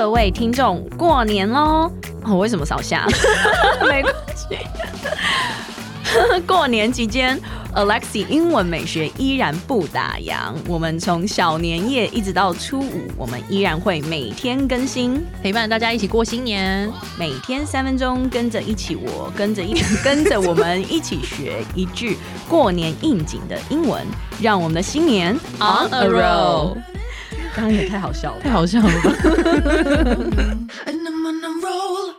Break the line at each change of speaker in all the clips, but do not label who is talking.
哦
位听众过年喽！哦，为什么少 下？没关系。 过年期间，Alexi 英文美学依然不打烊。我们从小年夜一直到初五，我们依然会每天更新，
陪伴大家一起过新年。
每天三分钟，跟着一起我，跟着一起跟着我们一起学一句过年应景的英文，让我们的新年
On a roll，
刚刚也太好笑了
太。好笑了吧！
And I'm on a roll.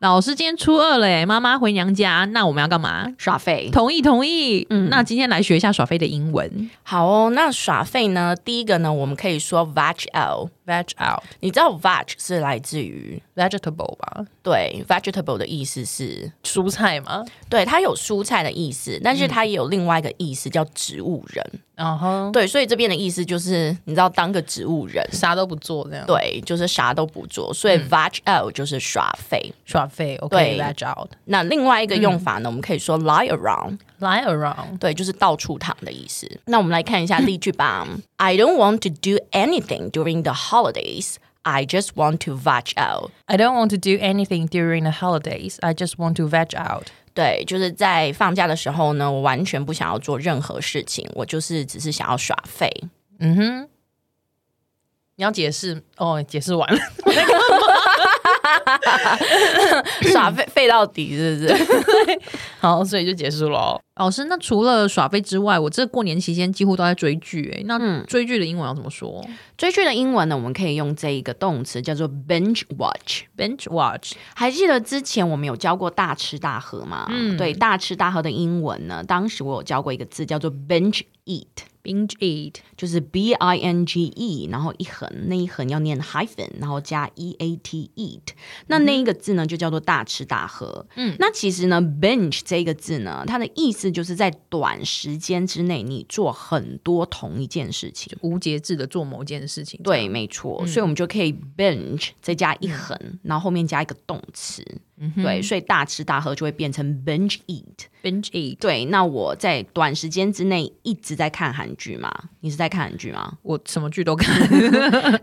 老师今天初二了耶，妈妈回娘家，那我们要干嘛？
耍废
同意同意。
嗯
嗯，那今天来学一下耍飞的英文。
好哦，那耍废呢？第一个呢，我们可以说 veg out。
Veg out
你知道 veg 是来自于
vegetable 吧，
对 vegetable 的意思是，
蔬菜嘛。
对它有蔬菜的意思，但是它也有另外一个意思叫植物人。
然后
对，所以这边的意思就是你知道当个植物人，
啥都不做这样。，
对，就是啥都不做，所以 veg out 就是耍废。
耍飞。
对
OK，veg out。
那另外一个用法呢，我们可以说 lie around，
Lie around。
对，就是到处躺的意思。那我们来看一下例句吧。I don't want to do anything during the holidays. I just want to veg out.
I don't want to do anything during the holidays. I just want to veg out.
对，就是在放假的时候呢，我完全不想要做任何事情，我就是只是想要耍废。
嗯哼，你要解释哦，解释完了。
耍废废到底是不是？
好，所以就结束喽。老师，那除了耍飞之外，我这过年期间几乎都在追剧、诶，那追剧的英文要怎么说、
追剧的英文呢，我们可以用这一个动词叫做 binge watch。
b i n g e watch
还记得之前我们有教过大吃大喝吗？嗯，对，大吃大喝的英文呢，当时我有教过一个字叫做 binge eat，
binge eat
就是 b i n g e，然后一横那一横要念 hyphen，然后加 e a t eat，那那一个字呢就叫做大吃大喝。嗯，那其实呢 binge 这个字呢，它的意思就是在短时间之内你做很多同一件事情。
无节制的做某件事情。
对，没错，所以我们就可以 binge 再加一横，然后后面加一个动词，对，所以大吃大喝就会变成 binge eat。
，binge eat
对，那我在短时间之内一直在看韩剧嘛？你是在看韩剧吗？
我什么剧都看。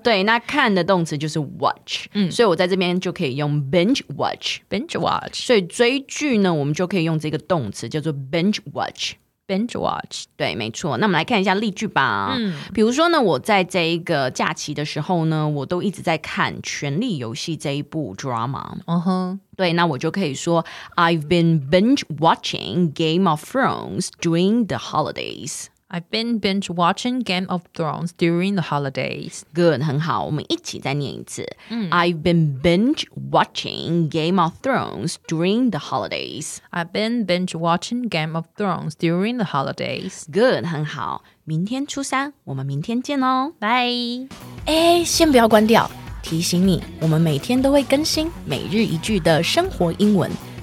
对，那看的动词就是 watch，所以我在这边就可以用 binge watch。
binge watch
所以追剧呢，我们就可以用这个动词叫做 binge watch。
binge watch
对，没错。那我们来看一下例句吧。嗯，比如说呢，我在这一个假期的时候呢，我都一直在看《权力游戏》这一部 drama。
嗯哼，
对，那我就可以说 I've been binge watching Game of Thrones during the holidays。
I've been binge watching Game of Thrones during the holidays.
Good，很好，我们一起再念一次。I've been binge watching Game of Thrones during the holidays。
I've been binge watching Game of Thrones during the holidays.
Good，很好。明天初三，我们明天见哦。
Bye.
哎，先不要关掉，提醒你，我们每天都会更新每日一句的生活英文，